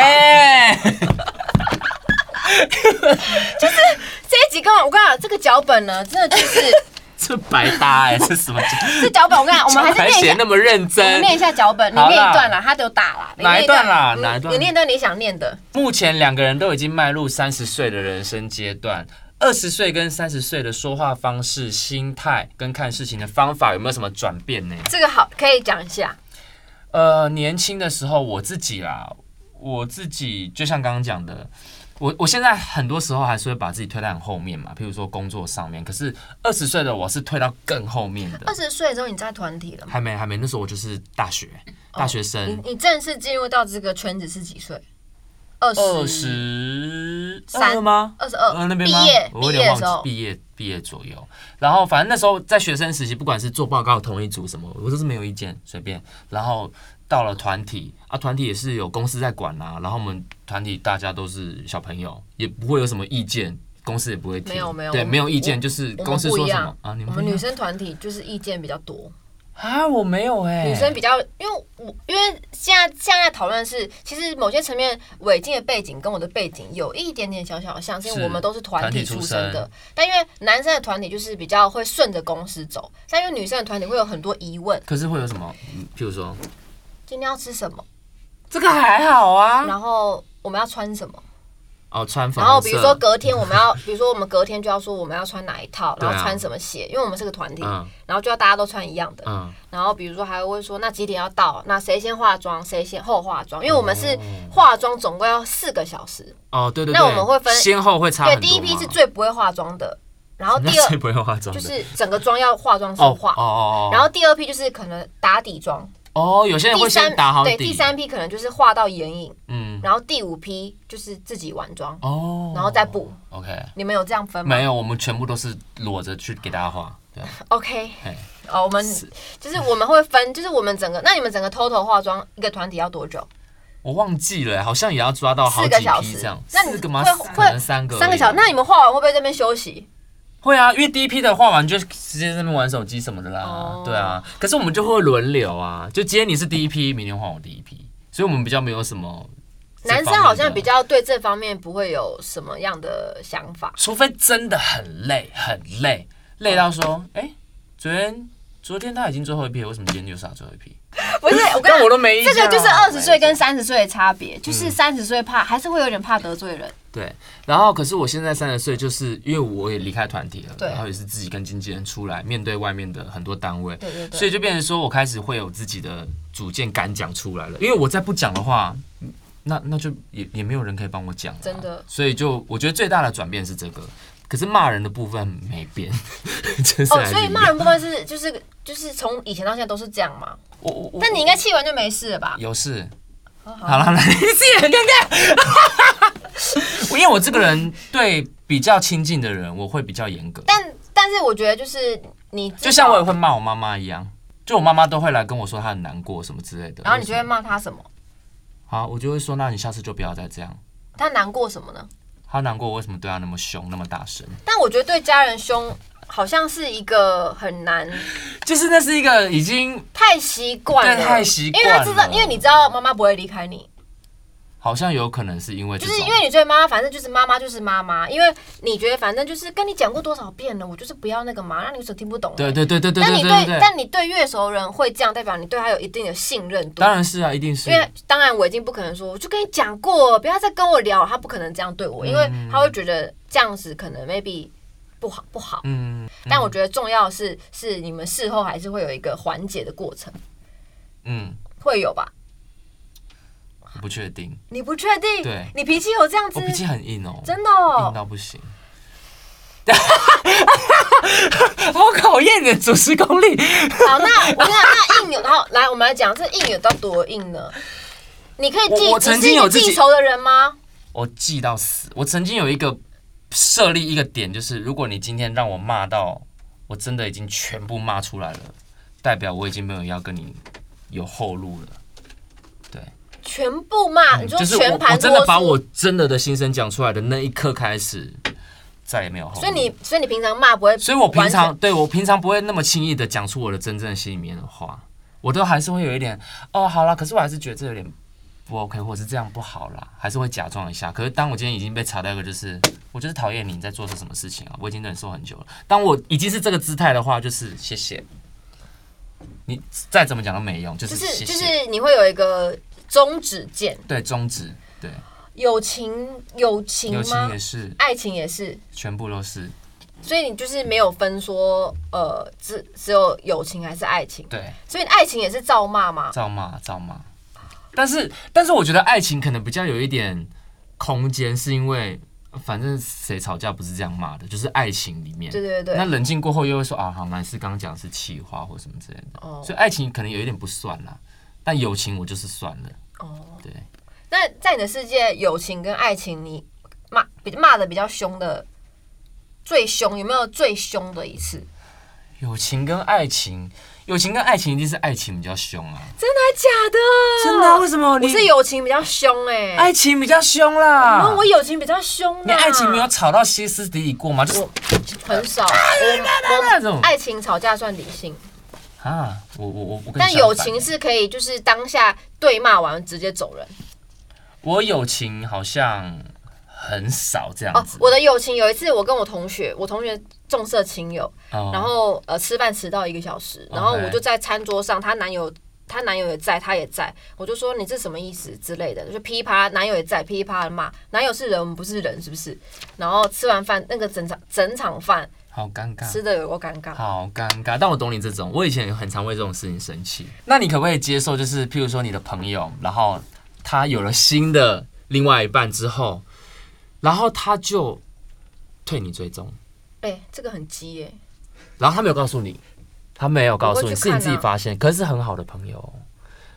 S1: 这一集跟我我跟你讲，这个脚本呢，真的就是
S3: 这白搭哎、这什么？
S1: 这脚本，我跟你讲， 我们 还是念一
S3: 写
S1: 下，
S3: 那么认
S1: 我们
S3: 真。
S1: 念一下脚本，你
S3: 好啦
S1: 念一段啦，他都打啦，你
S3: 哪
S1: 念
S3: 一段啦
S1: 嗯
S3: 哪一段
S1: 你念一段你想念的，
S3: 目前两个人都已经迈入三十岁的人生阶段。二十岁跟三十岁的说话方式、心态跟看事情的方法有没有什么转变呢？
S1: 这个好可以讲一下。
S3: 呃，年轻的时候我自己啦，我自己就像刚刚讲的，我我现在很多时候还是会把自己推到很后面嘛，譬如说工作上面。可是二十岁的我是推到更后面的
S1: 二，十岁之后你在团体了吗？
S3: 还没还没，那时候我就是大学大学生，
S1: 你你正式进入到这个圈子是几岁？二
S3: 二
S1: 十
S3: 十
S1: 三
S3: 二吗？
S1: 二十
S3: 呃
S1: 二，
S3: 那边
S1: 毕
S3: 吗
S1: 业
S3: 我有
S1: 毕
S3: 点
S1: 业的
S3: 忘
S1: 时
S3: 记
S1: 候，
S3: 毕业毕业左右。然后反正那时候在学生时期，不管是做报告、同一组什么，我都是没有意见，随便。然后到了团体啊，团体也是有公司在管啊，然后我们团体大家都是小朋友，也不会有什么意见。公司也不会听，
S1: 没有没有
S3: 对，
S1: 我们
S3: 没有意见，就是
S1: 我
S3: 公
S1: 们
S3: 司
S1: 不一
S3: 说什
S1: 样
S3: 么啊，你
S1: 我
S3: 们不
S1: 们
S3: 一
S1: 女
S3: 样
S1: 生团体就是意见比较多，
S3: 啊，我没有哎、
S1: 女生比较，因为我因为现在现在讨论的是，其实某些层面违禁的背景跟我的背景有一点点小小的像，是因为
S3: 是
S1: 我们都是团
S3: 团
S1: 体
S3: 体
S1: 出
S3: 出
S1: 身的
S3: 身，
S1: 但因为男生的团体就是比较会顺着公司走，但因为女生的团体会有很多疑问，
S3: 可是会有什么？嗯譬如说，
S1: 今天要吃什么，
S3: 这个还好啊。
S1: 然后我们要穿什么，
S3: 哦，穿粉
S1: 然
S3: 红色。
S1: 后比如说隔天我们要，比如说我们隔天就要说我们要穿哪一套，然
S3: 对
S1: 后
S3: 啊
S1: 穿什么鞋，因为我们是个团体，
S3: 嗯
S1: 然后就要大家都穿一样的，
S3: 嗯，
S1: 然后比如说还会说，那几点要到？那谁先化妆，谁先后化妆？因为我们是化妆，总共要四个小时。
S3: 哦，对对对，
S1: 那我们会分
S3: 先后会差
S1: 对，
S3: 很多
S1: 第
S3: 吗。
S1: 一批是最不会化妆的，然后
S3: 那
S1: 第
S3: 谁
S1: 二
S3: 不会化妆
S1: 就
S3: 的？
S1: 是整个妆要化妆师
S3: 哦哦
S1: 化，
S3: 哦，
S1: 然后第二批就是可能打底妆，
S3: 哦，有些人
S1: 第
S3: 会
S1: 三
S3: 先打好
S1: 对
S3: 底，
S1: 第三批可能就是画到眼影，
S3: 嗯
S1: 然后第五批就是自己完妆，
S3: 哦，
S1: 然后再补。
S3: OK，
S1: 你们有这样分吗？
S3: 没有，我们全部都是裸着去给大家画，对，啊
S1: OK，
S3: 嘿
S1: 哦，我们就是我们会分，就是我们整个，那你们整个 total 化妆一个团体要多久？
S3: 我忘记了，欸好像也要抓到好
S1: 四
S3: 几
S1: 个小
S3: 批
S1: 时
S3: 这样，，
S1: 那你
S3: 四个吗？
S1: 会
S3: 可
S1: 会
S3: 能三个而已，
S1: 三个小时，那你们画完会不会在那边休息？
S3: 会啊，因为第一批的画完就直接在那边玩手机什么的啦
S1: 哦，
S3: 对啊，可是我们就会轮流啊，就今天你是第一批，明天换我第一批，所以我们比较没有什么这
S1: 男
S3: 方面的。
S1: 生好像比较对这方面不会有什么样的想法，
S3: 除非真的很累，很哦累，累到说，哎、昨天昨天他已经最后一批了，为什么今天又是他最后一批？
S1: 不 是我跟
S3: 但
S1: 你
S3: 我都没意
S1: 这
S3: 见啊
S1: 个就是二十岁跟三十岁的差别，就是三十岁怕还是会有点怕得罪人，
S3: 对，然后可是我现在三十岁，就是因为我也离开团体了，
S1: 对
S3: 然后也是自己跟经纪人出来面对外面的很多单位，
S1: 对对对
S3: 所以就变成说我开始会有自己的主见，敢讲出来了。因为我再不讲的话，那那就也也没有人可以帮我讲、了啊
S1: 真的
S3: 所以就我觉得最大的转变是这个，可是骂人的部分没变， 真是
S1: 哦，
S3: 还是
S1: 所以
S3: 一
S1: 骂
S3: 样
S1: 人不光是就是就是从以前到现在都是这样嘛，
S3: 我我我
S1: 但你应该气完就没事了吧？
S3: 有事。好了，来，你自己很尴尬。因为我这个人对比较亲近的人，我会比较严格。
S1: 但但是我觉得就是你至少
S3: 就像我也，会骂我妈妈一样，就我妈妈都会来跟我说她很难过什么之类的。
S1: 然后你就
S3: 为
S1: 会
S3: 什么
S1: 骂他什么？
S3: 好，我就会说，那你下次就不要再这样。
S1: 他难过什么呢？
S3: 她难过，我为什么对她那么凶，那么大声？
S1: 但我觉得对家人凶好像是一个很难
S3: 就是那是一个已经
S1: 太习惯了，
S3: 对太习惯
S1: 因为他知道，
S3: 了
S1: 因为你知道妈妈不会离开你，
S3: 好像有可能是因为这
S1: 就
S3: 种
S1: 是因为你觉得妈妈，反正就是妈妈就是妈妈，因为你觉得反正就是跟你讲过多少遍了，我就是不要那个嘛，让你有所听不懂。
S3: 对对对对对
S1: 但你
S3: 对对对，
S1: 但你对越熟人会这样，代表你对他有一定的信任度
S3: 当。然是啊，一定是
S1: 因。为当然我已经不可能说，我就跟你讲过，不要再跟我聊，他不可能这样对
S3: 嗯
S1: 我，因为他会觉得这样子可能 maybe 不好不好。
S3: 嗯，
S1: 但我觉得重要的是是你们事后还是会有一个缓解的过程，
S3: 嗯，
S1: 会有吧？
S3: 我不确定，
S1: 你不确定？
S3: 对
S1: 你脾气有这样子
S3: 我？脾气很硬哦，
S1: 真的
S3: 硬
S1: 哦，
S3: 到不行。 好考验你的主持功力。
S1: 好，那我跟你讲，那硬有，然后来，我们来讲这硬有到多硬呢？你可以记，
S3: 我我曾经有
S1: 你是一
S3: 自
S1: 个
S3: 己
S1: 记仇的人吗？
S3: 我记到死。我曾经有一个设立一个点，就是如果你今天让我骂到我真的已经全部骂出来了，代表我已经没有要跟你有后路了。
S1: 全部骂，啊你说
S3: 嗯就是我
S1: 全盘
S3: 我真
S1: 托
S3: 的
S1: 出，
S3: 把我真的的心声讲出来的那一刻开始，再也没有后路。
S1: 所以你，所以你平常骂不会，
S3: 所以我平常对我平常不会那么轻易的讲出我的真正心里面的话，我都还是会有一点哦，好啦，可是我还是觉得这有点不 OK，或者是这样不好啦，还是会假装一下。可是当我今天已经被查到一个，就是我就是讨厌你，你在做些什么事情啊？我已经忍受很久了。当我已经是这个姿态的话，就是谢谢。你再怎么讲都没用，就是
S1: 就
S3: 谢
S1: 是就
S3: 谢。
S1: 是你会有一个终止键，
S3: 对，终止，对，
S1: 友情友情
S3: 友
S1: 吗
S3: 情也？是，
S1: 爱情也是，
S3: 全部都是，
S1: 所以你就是没有分说，呃，只只有友情还是爱情，
S3: 对。
S1: 所以爱情也是造骂吗？
S3: 造骂造骂。但是但是我觉得爱情可能比较有一点空间，是因为反正谁吵架不是这样骂的，就是爱情里面。
S1: 对对对
S3: 那冷静过后又会说啊，好，那是刚刚讲的是气话或什么之类的，
S1: 哦
S3: 所以爱情可能有一点不算啦。但友情我就是算了，
S1: 哦，
S3: 对。
S1: 那在你的世界，友情跟爱情，你骂比骂的比较凶的，最凶有没有最凶的一次？
S3: 友情跟爱情，友情跟爱情一定是爱情比较凶啊！
S1: 真的还假的？
S3: 啊为什么
S1: 我是友情比较凶哎、欸，
S3: 爱情比较凶啦
S1: 然后？我友情比较凶、啊。
S3: 你爱情没有吵到歇斯底里过吗？就是
S1: 我很少，
S3: 哎
S1: 我
S3: 那种
S1: 爱情吵架算理性，
S3: 啊，我我我我跟你
S1: 但
S3: 相
S1: 友
S3: 反
S1: 情是可以就是当下对骂完直接走人。
S3: 我友情好像很少这
S1: 哦
S3: 样子，，
S1: 我的友情有一次，我跟我同学，我同学重色轻友，
S3: 哦
S1: 然后呃吃饭迟到一个小时，然后
S3: OK
S1: 我就在餐桌上，她男友她男友也在，她也在，我就说你这什么意思之类的，就噼啪，男友也在噼啪的骂，男友是人，我们不是人是不是？然后吃完饭那个整场整场饭
S3: 好尴尬，
S1: 吃的有够尴尬，
S3: 好尴尬。但我懂你这种，我以前也很常为这种事情生气。那你可不可以接受，就是譬如说你的朋友，然后他有了新的另外一半之后，然后他就退你追踪，
S1: 哎、这个很鸡耶、
S3: 然后他没有告诉你，他没有告诉
S1: 我
S3: 你，
S1: 会去
S3: 是你自己
S1: 看啊
S3: 发现，可是是很好的朋友哦。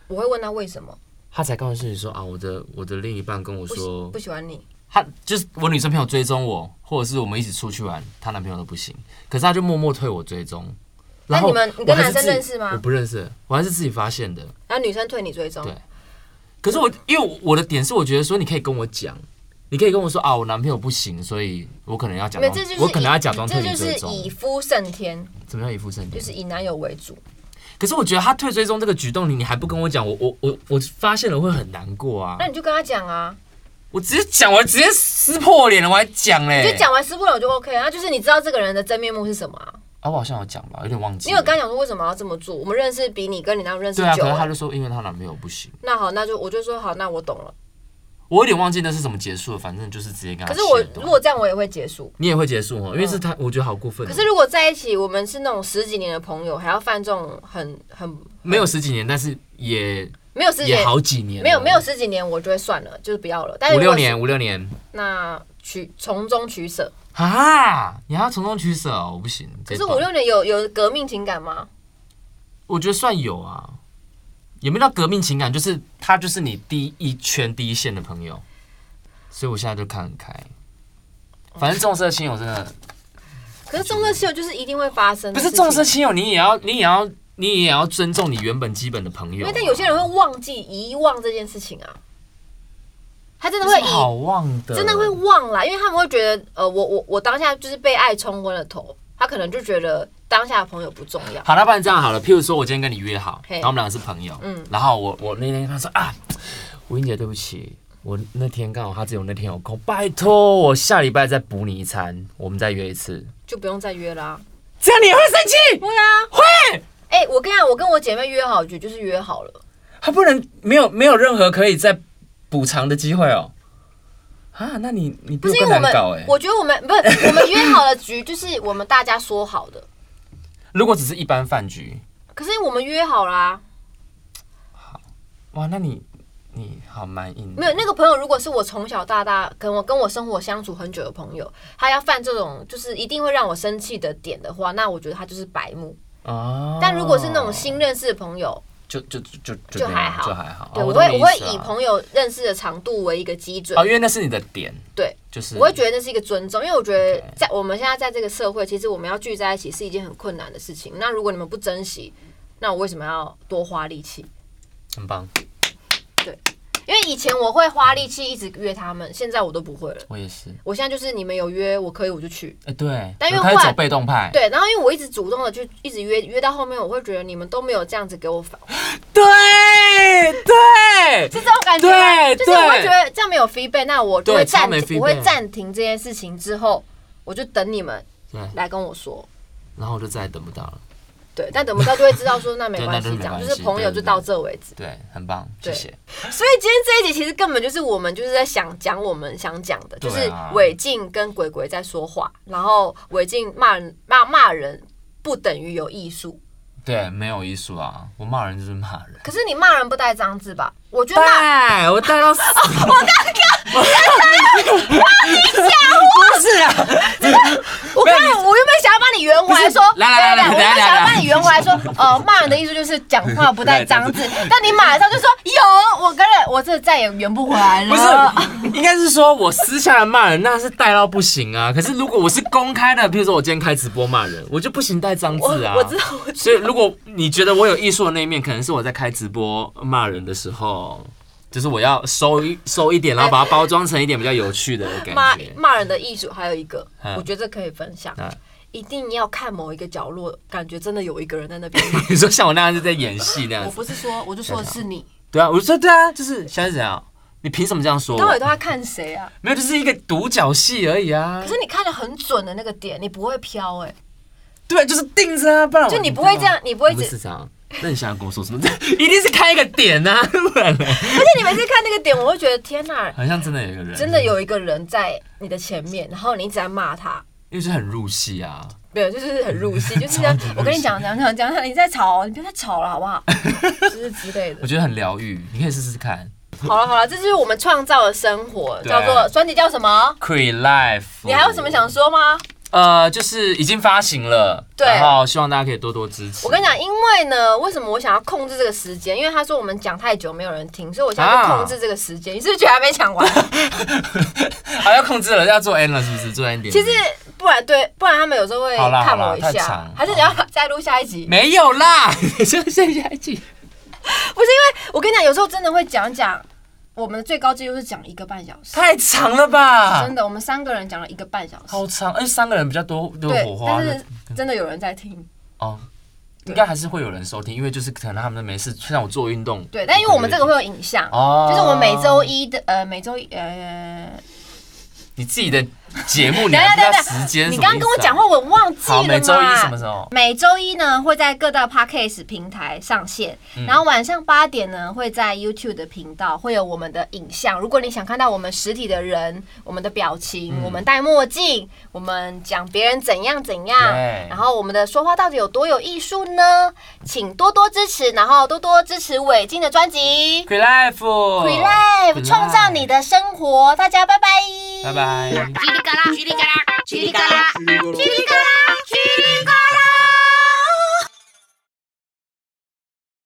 S1: 我会问他为什么
S3: 他才告诉你说啊，我的我的另一半跟我
S1: 不喜
S3: 说
S1: 不，喜欢你，
S3: 她就是我女生朋友追踪我，或者是我们一起出去玩，她男朋友都不行，可是她就默默退我追踪。
S1: 那
S3: 然后
S1: 你们你跟
S3: 我还
S1: 男
S3: 是
S1: 生
S3: 自己
S1: 认识吗
S3: 我不认识，我还是自己发现的。
S1: 然后啊女生退你追踪，
S3: 对可是我因为我的点是，我觉得说你可以跟我讲，你可以跟我说啊，我男朋友不行，所以我可能要假
S1: 因为
S3: 装
S1: 这就是，
S3: 我可能要
S1: 以
S3: 假装退
S1: 这
S3: 你
S1: 就
S3: 追
S1: 是
S3: 踪，
S1: 以夫胜天，
S3: 怎么样以父胜
S1: 就
S3: 天？
S1: 是以男友为主。
S3: 可是我觉得他退追踪这个举动，你你还不跟我讲，我我我我发现了会很难过啊
S1: 那！你就跟他讲啊，
S3: 我直接讲，我直接撕破脸了，我还讲嘞，
S1: 就讲完撕破脸我就 OK 啊，那就是你知道这个人的真面目是什么啊？
S3: 啊，我好像有讲吧，有点忘记
S1: 因
S3: 了。
S1: 为我刚讲说为什么要这么做，我们认识比你跟你男友认识
S3: 对啊，
S1: 久、
S3: 可是
S1: 欸
S3: 她就说，因为她男朋友不行，
S1: 那好，那就我就说好，那我懂了。
S3: 我有点忘记那是怎么结束的，反正就是直接跟她
S1: 可
S3: 切
S1: 是
S3: 断。
S1: 我如果这样，我也会结束。
S3: 你也会结束哦，因为是她，我觉得好过分哦。
S1: 可是如果在一起，我们是那种十几年的朋友，还要犯这种很很
S3: 没有十几年，但是也
S1: 没有十几
S3: 也
S1: 年，
S3: 好几年了，哦
S1: 没有没有十几年，我就会算了，就是不要了。但是
S3: 五
S1: 如
S3: 六
S1: 果是
S3: 年，五六年
S1: 那取从中取舍。
S3: 啊！你还要从中取舍哦，我不行。
S1: 可
S3: 这
S1: 是
S3: 段
S1: 五六年有有革命情感吗？
S3: 我觉得算有啊，也没到革命情感，就是他就是你第一圈第一线的朋友，所以我现在就看很开。反正重色轻友真的
S1: 可是重色轻友就是一定会发生的
S3: 不
S1: 事情，
S3: 是
S1: 啊
S3: 重色轻友，你也要你也要你也要尊重你原本基本的朋友
S1: 因
S3: 啊、
S1: 为但有些人会忘记遗忘这件事情啊，他真的会
S3: 这是好
S1: 遗，
S3: 忘的，
S1: 真的会忘啦，因为他们会觉得，呃，我我我当下就是被爱冲昏了头，他可能就觉得当下的朋友不重要，
S3: 好，那不然这样好了，譬如说我今天跟你约好，
S1: 嘿
S3: 然后我们两个是朋友，
S1: 嗯
S3: 然后我我那天跟他说啊，吴英姐对不起，我那天刚好他只有那天有空，拜托我下礼拜再补你一餐，我们再约一次，
S1: 就不用再约啦。
S3: 这样你会生气，
S1: 对啊，
S3: 会，
S1: 哎、我跟你讲，我跟我姐妹约好局就是约好了，
S3: 他不能没有没有任何可以再补偿的机会哦，啊，那你你
S1: 不
S3: 不
S1: 是因为我们，
S3: 欸
S1: 我觉得我们不是我们约好了局， 就是我们大家说好的，
S3: 如果只是一般饭局，
S1: 可是我们约好啦，
S3: 哇，那你你好蛮硬的，
S1: 没有那个朋友，如果是我从小到大跟我跟我生活相处很久的朋友，他要犯这种就是一定会让我生气的点的话，那我觉得他就是白目。
S3: 哦，
S1: 但如果是那种新认识的朋友，
S3: 就就就就
S1: 就
S3: 没有
S1: 还好
S3: 就还好，
S1: 对
S3: 哦
S1: 我
S3: 懂
S1: 会
S3: 你
S1: 我会
S3: 意思
S1: 以
S3: 啦
S1: 朋友认识的长度为一个基准
S3: 哦，，因为那是你的点，
S1: 对。
S3: 就是
S1: 我会觉得那是一个尊重，因为我觉得
S3: OK
S1: 在我们现在在这个社会，其实我们要聚在一起是一件很困难的事情。那如果你们不珍惜，那我为什么要多花力气？
S3: 很棒，
S1: 因为以前我会花力气一直约他们，现在我都不会了。
S3: 我也是。
S1: 我现在就是你们有约，我可以我就去。
S3: 哎、对，
S1: 但因为
S3: 我开
S1: 后
S3: 始
S1: 来
S3: 走被动派，
S1: 对，然后因为我一直主动的就一直约约到后面，我会觉得你们都没有这样子给我反，
S3: 对对
S1: 是这种感觉吗，
S3: 对
S1: 就是我会
S3: 对
S1: 觉得这样没有 feedback，那我就
S3: 对
S1: 会
S3: 超
S1: 暂
S3: 没
S1: 停，我会
S3: feedback
S1: 暂停这件事情之后，我就等你们
S3: 对，
S1: 来跟我说。
S3: 然后我就再也等不到了。
S1: 对，但等不到就会知道说那没
S3: 对
S1: 关
S3: 那就
S1: 系，
S3: 没
S1: 这样
S3: 关
S1: 就是
S3: 系
S1: 朋友
S3: 对
S1: 就
S3: 对
S1: 到
S3: 对
S1: 这为止。
S3: 对，很棒，谢
S1: 对
S3: 谢。
S1: 所以今天这一集其实根本就是我们就是在想讲我们想讲的，就
S3: 对
S1: 是
S3: 啊
S1: 违禁跟鬼鬼在说话，然后违禁骂人骂骂人不等于有艺术。
S3: 对，没有艺术啊，我骂人就是骂人。
S1: 可是你骂人不带脏字吧？我觉得骂
S3: 对，我带 到死。我 刚刚，我你讲我。不是啊，
S1: 我刚才我原本想要帮你圆回来说，
S3: 不是来来来来
S1: 我原本想
S3: 来来
S1: 要
S3: 来
S1: 帮你圆回来说， 呃，骂人的意思就是讲话不带脏字，但你马上就说有，我跟人，我这再也圆不回来了。
S3: 不是，应该是说我私下的骂人那是带到不行啊。可是如果我是公开的，比如说我今天开直播骂人，我就不行带脏字啊
S1: 我我知道，我知
S3: 所以，如果你觉得我有艺术的那一面，可能是我在开直播骂人的时候，就是我要收一收一点，然后把它包装成一点比较有趣的
S1: 道骂
S3: 感觉。
S1: 骂人的艺术还有一个，
S3: 嗯
S1: 我觉得可以分享
S3: 嗯，
S1: 一定要看某一个角落，感觉真的有一个人在那边。
S3: 你说像我那样是在演戏那
S1: 我
S3: 样子，
S1: 不是说，我就说的是你，
S3: 对啊，我说对啊，就是现在是怎样？你凭什么这样说
S1: 到底
S3: 我？
S1: 都在看谁啊？
S3: 没有，就是一个独角戏而已啊
S1: 可。是你看的很准的那个点，你不会飘哎，
S3: 对，就是定着啊，不然我
S1: 就你不会这样，你不会
S3: 我
S1: 只
S3: 们是这样。那你想要跟我说什 么？一定是开一个点呐、啊，不然嘞
S1: 而且你每次看那个点，我会觉得天哪，
S3: 好像真的有一个人，
S1: 真的，有一个人在你的前面，然后你一直在骂他，
S3: 因为是很入戏啊。
S1: 没有，就是很入戏，就是这样
S3: 超级入戏
S1: 我跟你讲讲讲讲讲，你在吵，你不要再吵了，好不好？就是之类的
S3: 我。觉得很疗愈，你可以试试看。
S1: 好了好了，这就是我们创造的生活，
S3: 对
S1: 叫做专辑叫什么？
S3: Cree Life，
S1: 你还有什么想说吗？
S3: 呃，就是已经发行了，
S1: 对
S3: 然后希望大家可以多多支持。
S1: 我跟你讲，因为呢，为什么我想要控制这个时间？因为他说我们讲太久没有人听，所以我现在就
S3: 啊
S1: 控制这个时间。你是不是觉得还没讲完？
S3: 讲， 好要控制了，要做 N 了，是不是？做 N 点。
S1: 其实不然对，不然他们有时候会
S3: 好啦
S1: 看
S3: 好啦
S1: 我一
S3: 太
S1: 下
S3: 长，
S1: 还是你要再录下一集？
S3: 没有啦，剩下一句。
S1: 不是因为我跟你讲，有时候真的会讲讲，我们的最高纪录是讲一个半小时，
S3: 太长了吧
S1: 真？的，我们三个人讲了一个半小时，
S3: 好长，而且三个人比较多多
S1: 对
S3: 火，花
S1: 但
S3: 那
S1: 是真的有人在听，
S3: 哦。应该还是会有人收听，因为就是可能他们没事，像我做运动。
S1: 对，但因为我们这个会有影像，
S3: 哦
S1: 就是我们每周一的呃每周一呃
S3: 你自己的节目，你
S1: 等一
S3: 还
S1: 下等一
S3: 不知道
S1: 下
S3: 时间、
S1: 你刚刚跟我讲话，，我忘记了
S3: 好，
S1: 嘛
S3: 每周一什么时候？
S1: 每周一呢会在各大 podcast 平台上线，
S3: 嗯
S1: 然后晚上八点呢会在 YouTube 的频道会有我们的影像。如果你想看到我们实体的人、我们的表情、
S3: 嗯
S1: 我们戴墨镜、我们讲别人怎样怎样
S3: 对，
S1: 然后我们的说话到底有多有艺术呢？请多多支持，然后多多支持伟静的专辑《
S3: Free Life，
S1: Relive》，创造你的生活。大家拜拜，
S3: 拜拜。
S2: 叽里嘎啦，叽里嘎啦。